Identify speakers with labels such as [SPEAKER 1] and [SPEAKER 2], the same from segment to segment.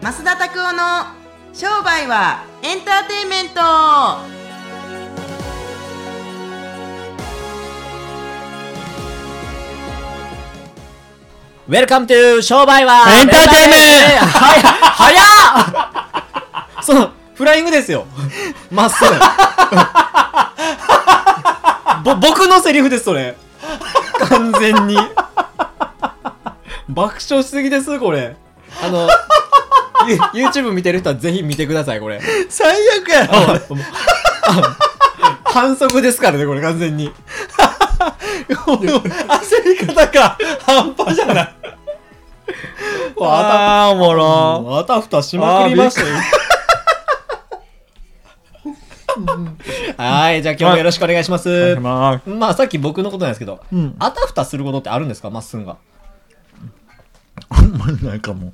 [SPEAKER 1] 増田拓夫の商売はエンターテインメント
[SPEAKER 2] ウェルカムトゥ商売は
[SPEAKER 3] エンターテインメント
[SPEAKER 2] はい、早っその、フライングですよ。まっすぐ。ぼ、僕のセリフです、それ。完全に。爆笑しすぎです、これ。あの、ユ YouTube 見てる人はぜひ見てください、これ。
[SPEAKER 3] 最悪やろ
[SPEAKER 2] ああ反則ですからね、これ、完全に。
[SPEAKER 3] 焦り方が半端じゃない
[SPEAKER 2] あ
[SPEAKER 3] あーおも
[SPEAKER 2] た
[SPEAKER 3] ろ
[SPEAKER 2] もうあたふたしまくりましたよ。はい、じゃあ今日もよろしくお願いします。
[SPEAKER 3] ま
[SPEAKER 2] まあさっき僕のことなんですけど、
[SPEAKER 3] うん
[SPEAKER 2] あたふたすることってあるんですかまっすんが。
[SPEAKER 3] あんまりないかも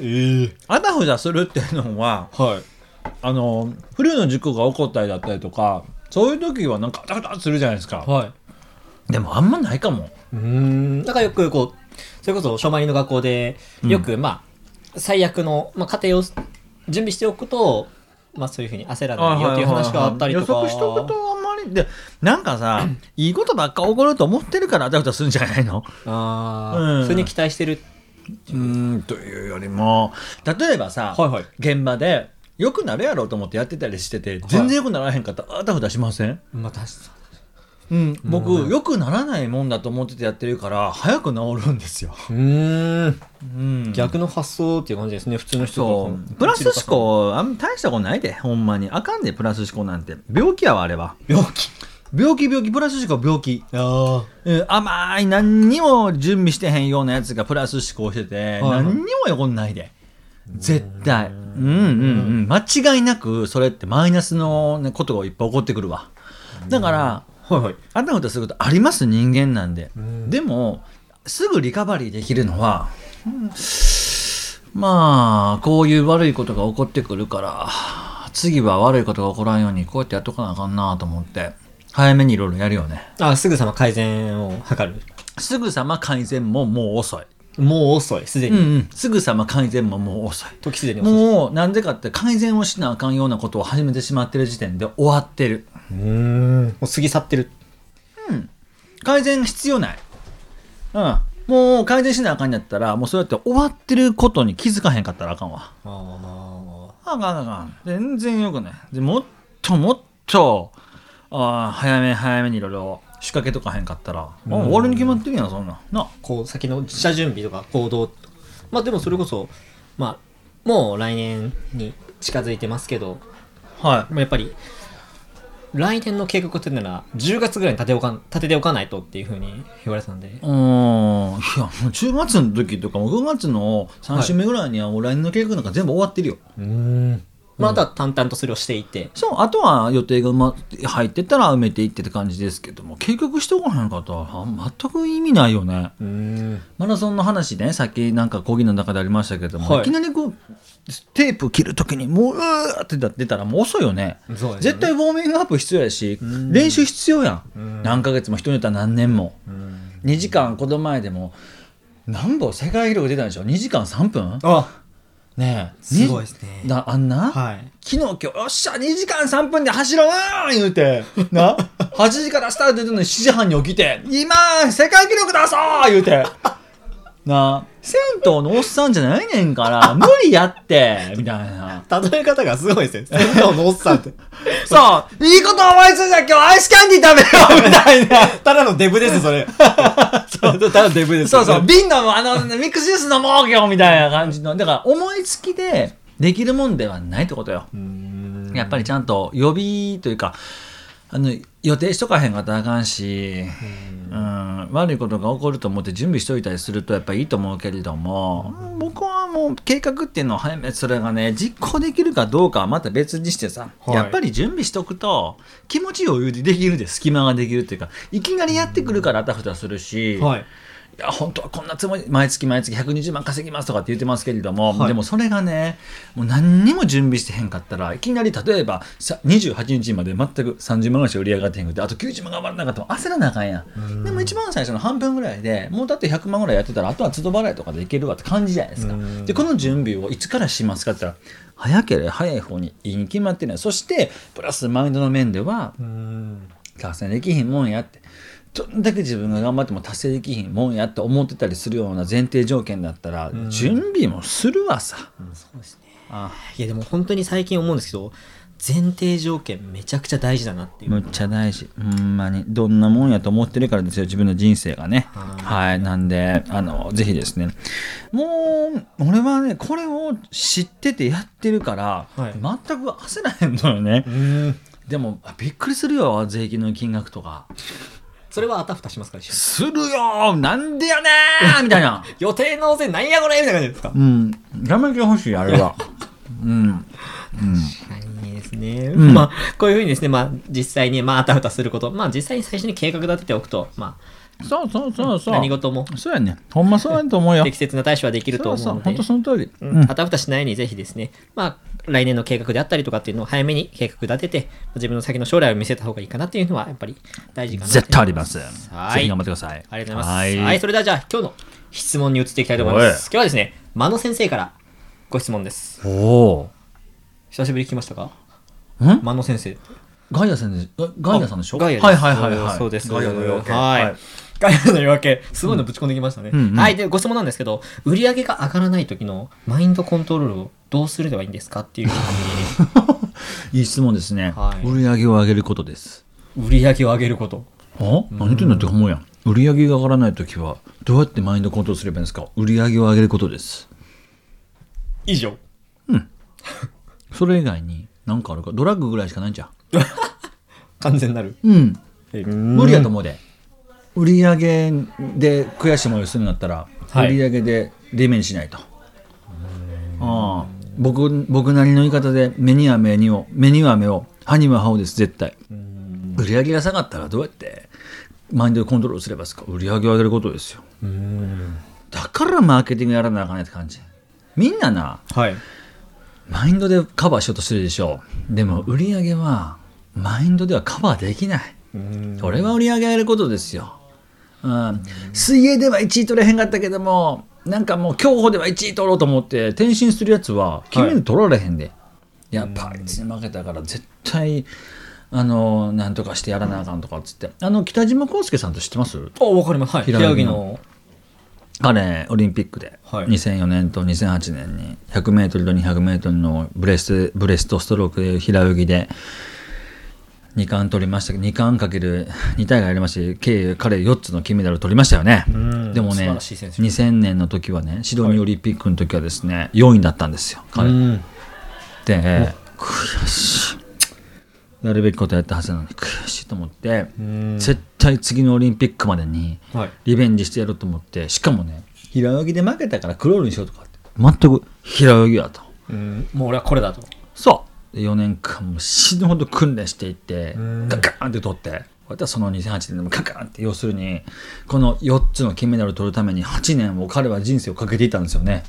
[SPEAKER 2] ええ
[SPEAKER 3] あたふたするっていうのは
[SPEAKER 2] はい。
[SPEAKER 3] あの不慮の事故が起こったりだったりとかそういう時はなんかあたふたするじゃないですか
[SPEAKER 2] はい。
[SPEAKER 3] でもあんまないかも
[SPEAKER 2] うーん。だからよくこう、それこそ、書前の学校で、よく、まあ、最悪の、まあ、家庭を準備しておくと、まあそういうふうに焦らないよっていう話があったりとか。
[SPEAKER 3] 予測しとくとあんまりでなんかさいいことばっか起こると思ってるからあたふたするんじゃないの
[SPEAKER 2] ああ、
[SPEAKER 3] うん
[SPEAKER 2] それに期待してる。
[SPEAKER 3] うーんというよりも例えばさ、
[SPEAKER 2] はいはい
[SPEAKER 3] 現場でよくなるやろうと思ってやってたりしてて全然よくならへんかったらあたふたしません、
[SPEAKER 2] まあ確
[SPEAKER 3] うん、僕
[SPEAKER 2] うん
[SPEAKER 3] よくならないもんだと思っててやってるから早く治るんですよ、
[SPEAKER 2] かに。うーん。
[SPEAKER 3] うん、
[SPEAKER 2] 逆の発想っていう感じですね、普通の人と
[SPEAKER 3] そうプラス思。考あんま大したことないでほんまにあかんでプラス思考なんて病気やわあれは
[SPEAKER 2] 病気。
[SPEAKER 3] 病気病気プラス思考病気
[SPEAKER 2] あ
[SPEAKER 3] うん甘い何にも準備してへんようなやつがプラス思考してて、
[SPEAKER 2] はいはい
[SPEAKER 3] 何にも横んないで絶対うんうんうん間違いなくそれってマイナスのねことがいっぱい起こってくるわだから
[SPEAKER 2] あ。はいはい。
[SPEAKER 3] あんなことすることあります人間なんで
[SPEAKER 2] ん
[SPEAKER 3] でもすぐリカバリーできるのはうんまあこういう悪いことが起こってくるから次は悪いことが起こらんようにこうやってやっとかなあかんなと思って早めにいろいろやるよね
[SPEAKER 2] あ、すぐさま改善を図る。
[SPEAKER 3] すぐさま改善ももう遅い。
[SPEAKER 2] もう遅い、すで
[SPEAKER 3] うん
[SPEAKER 2] に。
[SPEAKER 3] うん。すぐさま改善ももう遅い。
[SPEAKER 2] 時すでに遅い。
[SPEAKER 3] もうなんでかって改善をしなあかんようなことを始めてしまってる時点で終わってる。
[SPEAKER 2] うーん。もう過ぎ去ってる。
[SPEAKER 3] 改善必要ない。うん。もう改善しなあかんやったら、もうそうやって終わってることに気づかへんかったらあかんわ。
[SPEAKER 2] あ
[SPEAKER 3] あかんあかんあかん。全然よくない。でもっともっと、ああ、早め早めにいろいろ仕掛けとかへんかったら、あ終わるに決まってるやん、そんなん。なあ。
[SPEAKER 2] こう、先の下準備とか行動。まあでもそれこそ、まあ、もう来年に近づいてますけど、
[SPEAKER 3] はい。
[SPEAKER 2] まあやっぱり、来年の計画を立てるなら、10月ぐらいに立ておかん立てておかないとっていうふうに言われてたんで。
[SPEAKER 3] うーんいや、もう10月の時とか、もう5月の3週目ぐらいには、もう来年の計画なんか全部終わってるよ。
[SPEAKER 2] うん。まあ、あとは淡々とそれをしていて。
[SPEAKER 3] そう、あとは予定が、ま、入ってったら埋めていってって感じですけども、計画しておかへんかったら、あ全く意味ないよね。
[SPEAKER 2] うん。
[SPEAKER 3] マラソンの話ね、さっきなんか講義の中でありましたけども、
[SPEAKER 2] はい
[SPEAKER 3] い、きなりこう、テープ切るときに、もう、うーってなってたらもう遅いよね。
[SPEAKER 2] そうですよね
[SPEAKER 3] 絶対ウォーミングアップ必要やし、
[SPEAKER 2] ん
[SPEAKER 3] 練習必要や
[SPEAKER 2] うん
[SPEAKER 3] ん。何ヶ月も人によっては何年も。2時間この前でも何本世界記録出たんでしょ2時間3分
[SPEAKER 2] あ
[SPEAKER 3] ねえ
[SPEAKER 2] すごいですね
[SPEAKER 3] になあんな、
[SPEAKER 2] はい。
[SPEAKER 3] 昨日今日よっしゃ2時間3分で走ろう言うてな8時からスタート出てるのに7時半に起きて今世界記録出そう言うてなあ銭湯のおっさんじゃないねんから無理やってみたいな
[SPEAKER 2] 例え方がすごいですね。銭湯のおっさんって。
[SPEAKER 3] そういいこと思いついた今日アイスキャンディー食べようみたいな
[SPEAKER 2] ただのデブです、 それ。そう、ただデブで
[SPEAKER 3] そうそう、。瓶の、あの、ミックスジュース飲もうよみたいな感じの。だから、思いつきでできるもんではないってことよ。やっぱりちゃんと予備というか、あの、予定しとかへんかったらあかんし、うん、悪いことが起こると思って準備しといたりするとやっぱりいいと思うけれども、僕はもう計画っていうのを早め、それがね、実行できるかどうかはまた別にしてさ、
[SPEAKER 2] はい
[SPEAKER 3] やっぱり準備しとくと、気持ち余裕でできるで、隙間ができるっていうか、いきなりやってくるからあたふたするし、
[SPEAKER 2] はい。
[SPEAKER 3] いや本当はこんなつもり毎月毎月120万稼ぎますとかって言ってますけれども、
[SPEAKER 2] はい
[SPEAKER 3] でもそれがねもう何にも準備してへんかったらいきなり例えばさ28日まで全く30万ぐらいしか売り上がってへんくてあと90万頑張らなかったら焦らなあかんやんでも一番最初の半分ぐらいでもうだって100万ぐらいやってたらあとは都度払いとかでいけるわって感じじゃないですか
[SPEAKER 2] うん
[SPEAKER 3] でこの準備をいつからしますかって言ったら早ければ早い方にいいに決まってないそしてプラスマインドの面では
[SPEAKER 2] うん
[SPEAKER 3] 達成できひんもんやってどんだけ自分が頑張っても達成できひんもんやって思ってたりするような前提条件だったら
[SPEAKER 2] ん
[SPEAKER 3] 準備もするわさ、
[SPEAKER 2] そうですね
[SPEAKER 3] あ
[SPEAKER 2] いやでも本当に最近思うんですけど前提条件めちゃくちゃ大事だなっていう
[SPEAKER 3] むっちゃ大事ほんまにどんなもんやと思ってるからですよ自分の人生がね
[SPEAKER 2] は
[SPEAKER 3] はいなんであのぜひですねもう俺はねこれを知っててやってるから、
[SPEAKER 2] はい
[SPEAKER 3] 全く焦らへんのよね
[SPEAKER 2] うん
[SPEAKER 3] でもびっくりするよ税金の金額とか
[SPEAKER 2] それはあたふたしますから一緒に
[SPEAKER 3] するよーなんでやねーみたいな
[SPEAKER 2] 予定納税なんやこれみたいな感じですか
[SPEAKER 3] うん。やめてほしい、あれは。うん。
[SPEAKER 2] いいですね、
[SPEAKER 3] ん
[SPEAKER 2] まあこういうふうにですねまあ実際にまああたふたすることまあ実際に最初に計画立てておくとま
[SPEAKER 3] そうそうそう
[SPEAKER 2] あ
[SPEAKER 3] そう。
[SPEAKER 2] 何事も
[SPEAKER 3] そうやね。ほんまそうやと思うよ。
[SPEAKER 2] 適切な対処はできると
[SPEAKER 3] そうそう
[SPEAKER 2] 思
[SPEAKER 3] う。
[SPEAKER 2] の
[SPEAKER 3] ほん
[SPEAKER 2] で
[SPEAKER 3] とその通り。う
[SPEAKER 2] うんんあ。たふたしないようにぜひですね、まあ、来年の計画であったりとかっていうのを早めに計画立てて、自分の先の将来を見せた方がいいかなっていうのは、やっぱり大事かなと
[SPEAKER 3] 絶対あります。ぜ
[SPEAKER 2] はい
[SPEAKER 3] ひ頑張ってください。
[SPEAKER 2] ありがとうございます。
[SPEAKER 3] は
[SPEAKER 2] はい、
[SPEAKER 3] い。
[SPEAKER 2] それではじゃあ、今日の質問に移っていきたいと思います。今日はですね、間野先生からご質問です。
[SPEAKER 3] おお
[SPEAKER 2] 久しぶりに聞きましたか
[SPEAKER 3] ー。ん
[SPEAKER 2] 間野先生。
[SPEAKER 3] ガイアさんで、ガガイアさんでしょ
[SPEAKER 2] ガイアです
[SPEAKER 3] はいはいはいはい。
[SPEAKER 2] そうです。
[SPEAKER 3] ガイアの夜明け
[SPEAKER 2] はい。
[SPEAKER 3] はい
[SPEAKER 2] ガイアの夜明け、すごいのぶち込んできましたね。
[SPEAKER 3] うんうん
[SPEAKER 2] はい。で、ご質問なんですけど、売り上げが上がらない時のマインドコントロールをどうすればいいんですかっていうふ
[SPEAKER 3] いい質問ですね
[SPEAKER 2] は。い
[SPEAKER 3] 売り上げを上げることです。
[SPEAKER 2] うに、売り上げを上げること。
[SPEAKER 3] あ何言ってんだって思うやん。売り上げが上がらないときは、どうやってマインドコントロールすればいいんですか売り上げを上げることです。
[SPEAKER 2] 以上。
[SPEAKER 3] それ以外に何かあるかドラッグぐらいしかないんじゃん。
[SPEAKER 2] 完全なる。
[SPEAKER 3] うん。無
[SPEAKER 2] 無
[SPEAKER 3] 理やと思うで、売り上げで悔しい思いをするんだったら、
[SPEAKER 2] はい
[SPEAKER 3] 売り上げで利面しないとああ僕僕なりの言い方で目には目にを目には目を歯には歯をです絶対売り上げが下がったらどうやってマインドでコントロールすればいいですか売り上げを上げることですよだからマーケティングやらなあかんねって感じみんなな
[SPEAKER 2] はい。
[SPEAKER 3] マインドでカバーしようとするでしょうでも売り上げはマインドではカバーできないそれは売り上げ上げることですよ、うん、水泳では1位取れへんかったけどもなんかもう競歩では1位取ろうと思って転身するやつは金メダル取られへんで、やっぱあいつに負けたから絶対あのなんとかしてやらなあかんとかっつってあの北島康介さんって知ってます
[SPEAKER 2] あ、わかります。はい。
[SPEAKER 3] 平泳ぎ
[SPEAKER 2] 平
[SPEAKER 3] の
[SPEAKER 2] 泳ぎの。
[SPEAKER 3] 彼オリンピックで
[SPEAKER 2] はい
[SPEAKER 3] 2004年と2008年に 100m と 200m のブレスブレストストローク平泳ぎで2冠取りましたけど2冠かける2大会やりまして計彼4つの金メダル取りましたよね
[SPEAKER 2] ん
[SPEAKER 3] でも
[SPEAKER 2] 素
[SPEAKER 3] ね
[SPEAKER 2] 晴らしい選手
[SPEAKER 3] 2000年の時はねシドニーオリンピックの時はですね4位だったんですよ彼
[SPEAKER 2] ん。
[SPEAKER 3] で悔しいやるべきことやったはずなのに悔しいと思って
[SPEAKER 2] ん
[SPEAKER 3] 絶対次のオリンピックまでに
[SPEAKER 2] はい。
[SPEAKER 3] リベンジしてやろうと思ってしかもね平泳ぎで負けたからクロールにしようとかって全く平泳ぎやと
[SPEAKER 2] うん。もう俺はこれだと。
[SPEAKER 3] そう4年間も死ぬほど訓練していって
[SPEAKER 2] うん
[SPEAKER 3] ガンガンって取ってまたその2008年でもガンガンって要するにこの4つの金メダルを取るために8年を彼は人生をかけていたんですよね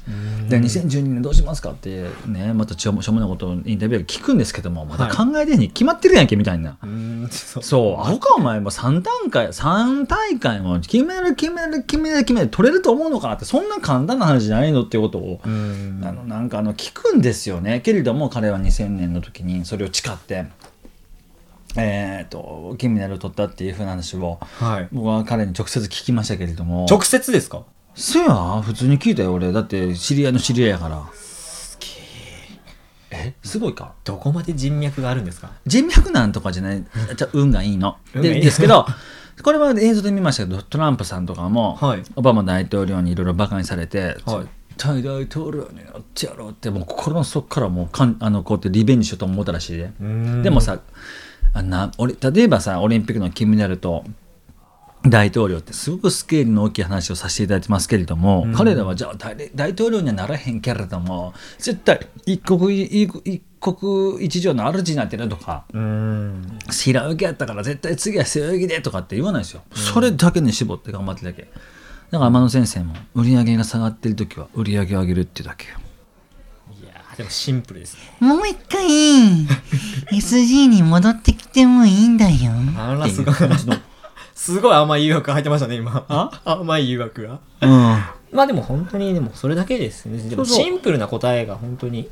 [SPEAKER 3] で2012年どうしますかってねまたしょうもしょうもないことをインタビューで聞くんですけどもまた考えてへんに決まってるやんけみたいな、
[SPEAKER 2] うん。そう。
[SPEAKER 3] そう、アホかお前も3段階、三大会も金メダル、金メダル、金メダル、金メダル取れると思うのかなって、そんな簡単な話じゃないのっていうことを、
[SPEAKER 2] ん
[SPEAKER 3] あのなんかあの聞くんですよね。けれども彼は2000年の時にそれを誓って、えっ、と、金メダルを取ったっていうふうな話を、
[SPEAKER 2] はい。
[SPEAKER 3] 僕は彼に直接聞きましたけれども。
[SPEAKER 2] 直接ですか
[SPEAKER 3] そや、普通に聞いたよ俺。だって知り合いの知り合いやから。え、すごいか
[SPEAKER 2] どこまで人脈があるんですか
[SPEAKER 3] 人脈なんとかじゃない、じゃ運がいいの。
[SPEAKER 2] 運がいい
[SPEAKER 3] でですけど、これは映像で見ましたけど、トランプさんとかも、
[SPEAKER 2] はい
[SPEAKER 3] オバマ大統領にいろいろ馬鹿にされて、
[SPEAKER 2] はい
[SPEAKER 3] 絶対大統領になってやろうって、もう心の底からもうかんあのこうやってリベンジしようと思ったらしいで。
[SPEAKER 2] ん
[SPEAKER 3] でもさあんな俺、例えばさ、オリンピックの金メダルと、大統領ってすごくスケールの大きい話をさせていただいてますけれども、彼らはじゃあ大大統領にはならへんけれども絶対一国一一国一条の主になってるとか
[SPEAKER 2] うん。
[SPEAKER 3] 平泳ぎやったから絶対次は背泳ぎでとかって言わないですよ、それだけに絞って頑張ってるだけだから天野先生も売り上げが下がってる時は売り上げを上げるっていうだけよ
[SPEAKER 2] いやーでもシンプルですね
[SPEAKER 4] もう一回 SG に戻ってきてもいいんだよ
[SPEAKER 2] あらすごいすごい甘い誘惑入ってましたね今甘い誘惑が
[SPEAKER 3] う
[SPEAKER 2] まあでも本当にでもそれだけですねでも
[SPEAKER 3] そうそう
[SPEAKER 2] シンプルな答えが本当に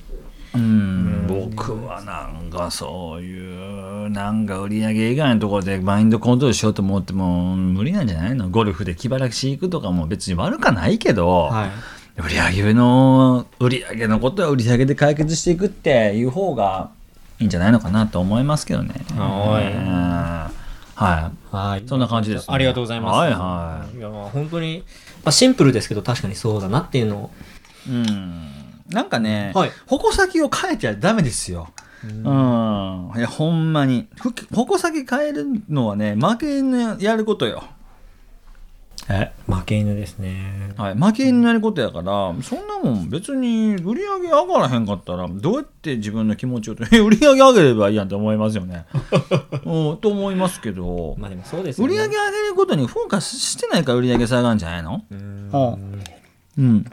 [SPEAKER 3] ん、僕はなんかそういうなんか売り上げ以外のところでマインドコントロールしようと思っても無理なんじゃないのゴルフで気晴らし行くとかも別に悪かないけど、
[SPEAKER 2] はい
[SPEAKER 3] 売り上げの売り上げのことは売り上げで解決していくっていう方がいいんじゃないのかなと思いますけどね。
[SPEAKER 2] はい
[SPEAKER 3] うんはい
[SPEAKER 2] はい
[SPEAKER 3] そんな感じですね、
[SPEAKER 2] ありがとうございます
[SPEAKER 3] はいはい
[SPEAKER 2] やまあ本当に、まあ、シンプルですけど確かにそうだなっていうのを
[SPEAKER 3] い。うん。なんかね、
[SPEAKER 2] はい
[SPEAKER 3] 矛先を変えちゃダメですよ。うん。いや、ほんまに。ふき矛先変えるのはね、負け犬やることよ。え
[SPEAKER 2] 負け犬ですね
[SPEAKER 3] はい、負け犬のやることやからそんなもん別に売り上げ上がらへんかったらどうやって自分の気持ちをえ 売り上げ上げればいいやんって思いますよ ね。うん、と思いますけど、
[SPEAKER 2] まあでもそうですよ
[SPEAKER 3] 売
[SPEAKER 2] ね
[SPEAKER 3] り上げ上げることにフォーカスしてないから売り上げ下がるんじゃないのうんうん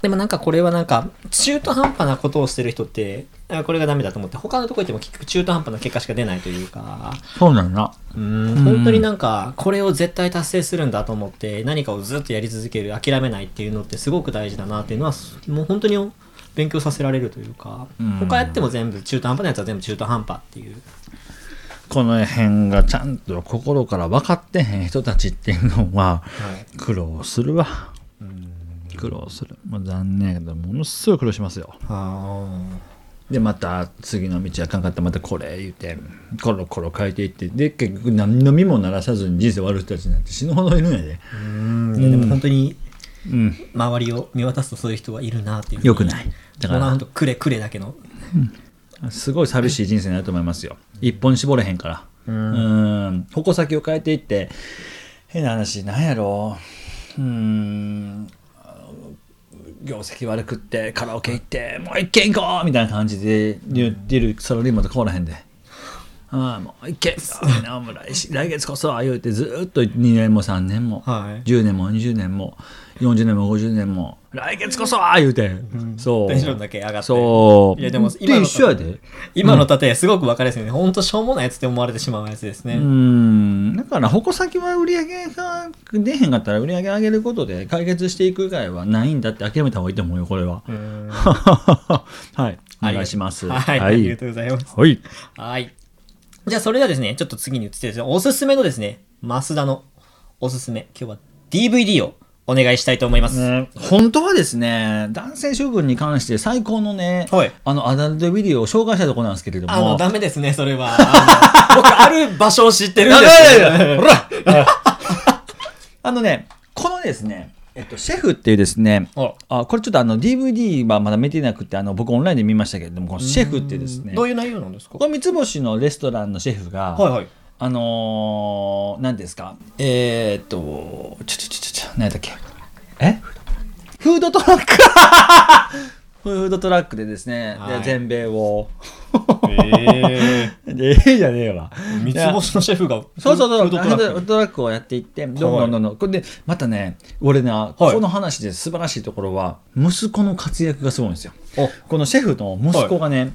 [SPEAKER 2] でもなんかこれはなんか中途半端なことをしてる人ってあこれがダメだと思って他のとこ行っても結局中途半端な結果しか出ないというか
[SPEAKER 3] そうなんだ
[SPEAKER 2] うん本当になんかこれを絶対達成するんだと思って何かをずっとやり続ける諦めないっていうのってすごく大事だなっていうのはもう本当に勉強させられるというか
[SPEAKER 3] うん
[SPEAKER 2] 他やっても全部中途半端なやつは全部中途半端っていう
[SPEAKER 3] この辺がちゃんと心から分かってへん人たちっていうのは苦労するわ苦労するもう残念やけどものすごい苦労しますよでまた次の道あかんかったまたこれ言ってコロコロ変えていってで結局何の身もならさずに人生終わる人たちなんて死ぬほどいるんやで、
[SPEAKER 2] うんでも本当に
[SPEAKER 3] うん、
[SPEAKER 2] 周りを見渡すとそういう人はいるなっていう
[SPEAKER 3] よくないだか
[SPEAKER 2] だから
[SPEAKER 3] ら
[SPEAKER 2] 本当くれくれだけの
[SPEAKER 3] すごい寂しい人生になると思いますよ一本絞れへんからうん矛先を変えていって変な話なんやろううーん業績悪くってカラオケ行ってもう一軒行こうみたいな感じで言ってるサラリーマンと変わらへんで。ああもう一軒行こうもう来し来月こそは言うてずーっと2年も3年も、
[SPEAKER 2] はい
[SPEAKER 3] 10年も20年も40年も50年も来月こそは言うて、そう
[SPEAKER 2] テンションだけ上がって
[SPEAKER 3] そう
[SPEAKER 2] いやでも
[SPEAKER 3] で
[SPEAKER 2] 今の
[SPEAKER 3] 一緒やで
[SPEAKER 2] 今の例えすごく分かりやすいね本当しょうもないやつって思われてしまうやつですね、
[SPEAKER 3] うんだから矛先は売り上げが出へんかったら売り上げ上げることで解決していく以外はないんだって諦めた方がいいと思うよこれは はいお願いします
[SPEAKER 2] はい、
[SPEAKER 3] は
[SPEAKER 2] ありが
[SPEAKER 3] い
[SPEAKER 2] とうございます
[SPEAKER 3] はい
[SPEAKER 2] はい。じゃあ、それではですね、ちょっと次に移ってですね、おすすめのですね、増田のおすすめ、今日は DVD をお願いしたいと思います。
[SPEAKER 3] ね本当はですね男性諸君に関して最高のね、
[SPEAKER 2] はい
[SPEAKER 3] あのアダルトビデオを紹介したいところなんですけれども
[SPEAKER 2] あの、ダメですね、それ は。あの僕、ある場所を知ってるんです
[SPEAKER 3] いやいやいやほら あのね、このですね、えっと、シェフっていうですね、
[SPEAKER 2] あ
[SPEAKER 3] あこれちょっとあの DVD はまだ見てなくてあの僕オンラインで見ましたけれどもこのシェフってですね
[SPEAKER 2] どういう内容なんですか
[SPEAKER 3] ここ三つ星のレストランのシェフが、
[SPEAKER 2] はいはい。
[SPEAKER 3] あのー、何ですかえー、っとちょちょちょちょ何だっけえフードトラック フードトラックでですね、で
[SPEAKER 2] はい
[SPEAKER 3] 全米を
[SPEAKER 2] え
[SPEAKER 3] でええじゃねえわ
[SPEAKER 2] ー、三つ星のシェフが、
[SPEAKER 3] そうそうそう、
[SPEAKER 2] フードト
[SPEAKER 3] フ
[SPEAKER 2] ラ
[SPEAKER 3] ー
[SPEAKER 2] ッ
[SPEAKER 3] ド
[SPEAKER 2] ク。
[SPEAKER 3] トラックをやっていって、どんどんどんどん。これで、またね、俺な、
[SPEAKER 2] はい
[SPEAKER 3] この話で素晴らしいところは、息子の活躍がすごいんですよ。このシェフの息子がね、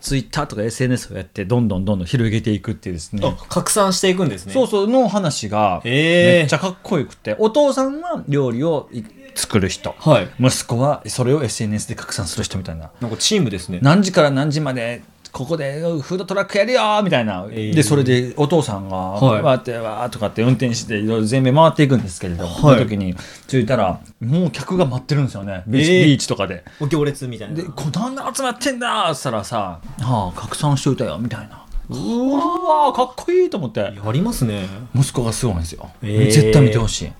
[SPEAKER 3] ツイッターとか SNS をやって、どんどんどんどん広げていくっていうですね。
[SPEAKER 2] あ拡散していくんですね。
[SPEAKER 3] そうそう、の話が、
[SPEAKER 2] へー
[SPEAKER 3] めっちゃかっこよくて、お父さんは料理をい作る人、
[SPEAKER 2] はい。
[SPEAKER 3] 息子はそれを SNS で拡散する人みたいな。
[SPEAKER 2] なんかチームですね。
[SPEAKER 3] 何時から何時までここでフードトラックやるよーみたいな、
[SPEAKER 2] えー
[SPEAKER 3] でそれでお父さんが
[SPEAKER 2] はい
[SPEAKER 3] わーってわーとかって運転していろいろ全米回っていくんですけれども、
[SPEAKER 2] はい
[SPEAKER 3] その時に着いたらもう客が待ってるんですよねビーチ,、
[SPEAKER 2] えー
[SPEAKER 3] ビーチとかで。
[SPEAKER 2] お行列みたいな。
[SPEAKER 3] で「こだんな集まってんだ!」っつったらさ「はあ拡散しといたよ」みたいなうわーかっこいいと思って
[SPEAKER 2] やりますね。
[SPEAKER 3] 息子がすごいんですよ、
[SPEAKER 2] えー
[SPEAKER 3] 絶対見てほしい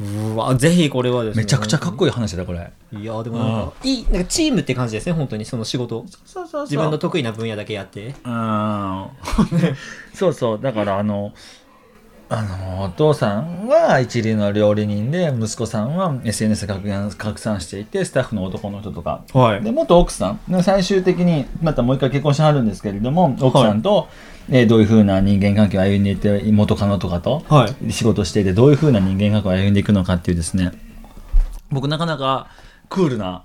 [SPEAKER 3] う
[SPEAKER 2] わ、ぜひこれはですね。
[SPEAKER 3] めちゃくちゃかっこいい話だこれ
[SPEAKER 2] いやでもなんかいいなんかチームって感じですね本当にその仕事
[SPEAKER 3] そうそう
[SPEAKER 2] 自分 の得意な分野だけやって
[SPEAKER 3] うんそうそうだからあのああのお父さんは一流の料理人で息子さんは SNS 拡散拡散していてスタッフの男の人とか、
[SPEAKER 2] はい
[SPEAKER 3] で元奥さん最終的にまたもう一回結婚してはるんですけれども奥さんと、えーどういうふうな人間関係を歩んでいて元カノとかと、
[SPEAKER 2] は
[SPEAKER 3] 仕事していてどういうふうな人間関係を歩んでいくのかっていうですね僕なかなかクールな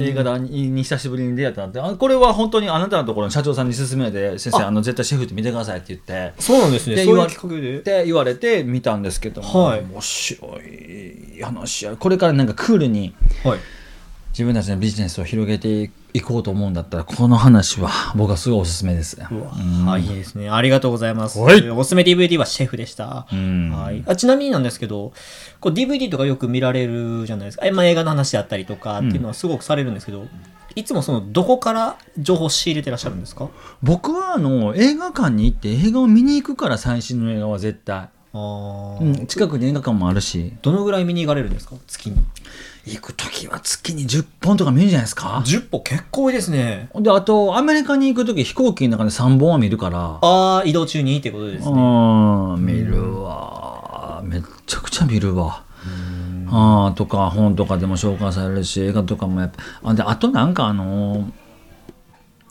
[SPEAKER 3] 映画だにに久しぶりに出会ったなってあこれは本当にあなたのところの社長さんに勧めて先生あの絶対シェフって見てくださいって言って。
[SPEAKER 2] そうなんです
[SPEAKER 3] で
[SPEAKER 2] ね。そう
[SPEAKER 3] 言
[SPEAKER 2] い
[SPEAKER 3] わ
[SPEAKER 2] うきっかけで
[SPEAKER 3] っ。て言われて見たんですけども、
[SPEAKER 2] はい
[SPEAKER 3] 面白い話やこれからなんかクールに
[SPEAKER 2] はい。
[SPEAKER 3] 自分たちのビジネスを広げていこうと思うんだったらこの話は僕はすごいおすすめです。
[SPEAKER 2] はい、いいですね。ありがとうございます。
[SPEAKER 3] はい
[SPEAKER 2] おすすめ DVD はシェフでした。
[SPEAKER 3] ん
[SPEAKER 2] はいあちなみになんですけど、こう DVD とかよく見られるじゃないですか。えまあ、映画の話だったりとかっていうのはすごくされるんですけど、いつもそのどこから情報を仕入れてらっしゃるんですか
[SPEAKER 3] 僕はあの映画館に行って映画を見に行くから最新の映画は絶対、
[SPEAKER 2] あー
[SPEAKER 3] うん、近くに映画館もあるし
[SPEAKER 2] どのぐらい見に行かれるんですか月に。
[SPEAKER 3] 行く時は月に10本とか見るじゃないですか。
[SPEAKER 2] 10本結構多いですね。
[SPEAKER 3] であとアメリカに行く時飛行機の中で3本は見るから。
[SPEAKER 2] ああ、移動中にってことですね。
[SPEAKER 3] うん見るわめっちゃくちゃ見るわあーとか本とかでも紹介されるし映画とかもやっぱあであとなんかあのー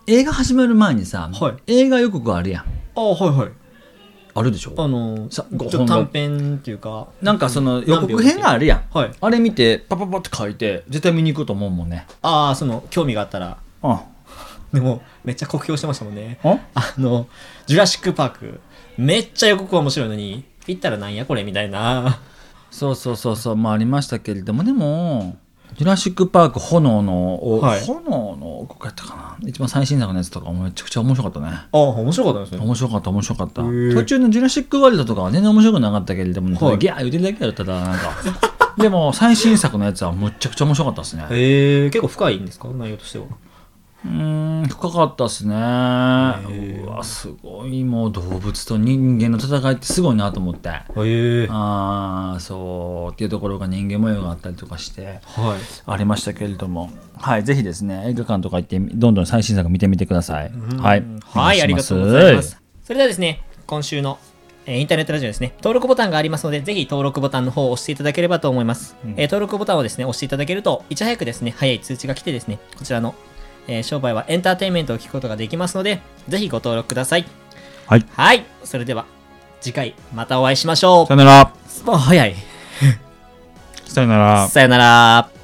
[SPEAKER 3] 映画始まる前にさ、
[SPEAKER 2] はい
[SPEAKER 3] 映画予告あるやん
[SPEAKER 2] ああ、はいはい。
[SPEAKER 3] あるでしょ
[SPEAKER 2] あのー、ち
[SPEAKER 3] さ
[SPEAKER 2] ょっ
[SPEAKER 3] ご本
[SPEAKER 2] と
[SPEAKER 3] が
[SPEAKER 2] 短編っていうか、
[SPEAKER 3] なんかその予告編があるやん
[SPEAKER 2] はい。
[SPEAKER 3] あれ見てパパパって書いて絶対見に行くと思うもんね
[SPEAKER 2] ああ、その、興味があったら。
[SPEAKER 3] うん
[SPEAKER 2] でも、めっちゃ酷評してましたもんね。
[SPEAKER 3] うん
[SPEAKER 2] あの、ジュラシック・パーク、めっちゃ予告は面白いのに、行ったらなんやこれみたいな。
[SPEAKER 3] そうそうそうそうまあありましたけれどもでも「ジュラシック・パーク炎の、
[SPEAKER 2] はい
[SPEAKER 3] 炎の王国やったかな一番最新作のやつとかめちゃくちゃ面白かったね
[SPEAKER 2] ああ、面白かったですね。
[SPEAKER 3] 面白かった面白かった
[SPEAKER 2] ー
[SPEAKER 3] 途中の「ジュラシック・ワールド」とかは全然面白くなかったけれども、
[SPEAKER 2] はい
[SPEAKER 3] ギャー言ってるだけやったらなんかでも最新作のやつはむっちゃくちゃ面白かったです ね
[SPEAKER 2] えー、結構深いんですか内容としては。
[SPEAKER 3] うーん深かったですねうわすごいもう動物と人間の戦いってすごいなと思って
[SPEAKER 2] えー、
[SPEAKER 3] ああそうっていうところが人間模様があったりとかして
[SPEAKER 2] はい。
[SPEAKER 3] ありましたけれども、はい、ぜひですね、映画館とか行ってみ、どんどん最新作見てみてください。はい、
[SPEAKER 2] はい、あ
[SPEAKER 3] お願
[SPEAKER 2] り
[SPEAKER 3] し
[SPEAKER 2] が
[SPEAKER 3] す
[SPEAKER 2] とうございます。。それではですね、今週の、えーインターネットラジオですね、登録ボタンがありますので、ぜひ登録ボタンの方を押していただければと思います。えー登録ボタンをですね、押していただけると、いち早くですね、早い通知が来てですね、こちらの、えー商売はエンターテインメントを聞くことができますので、ぜひご登録ください。
[SPEAKER 3] はい、
[SPEAKER 2] はい、それでは、次回またお会いしましょ
[SPEAKER 3] さ
[SPEAKER 2] う
[SPEAKER 3] よ。なら、
[SPEAKER 2] スポ早い。
[SPEAKER 3] さよなら。
[SPEAKER 2] さよなら。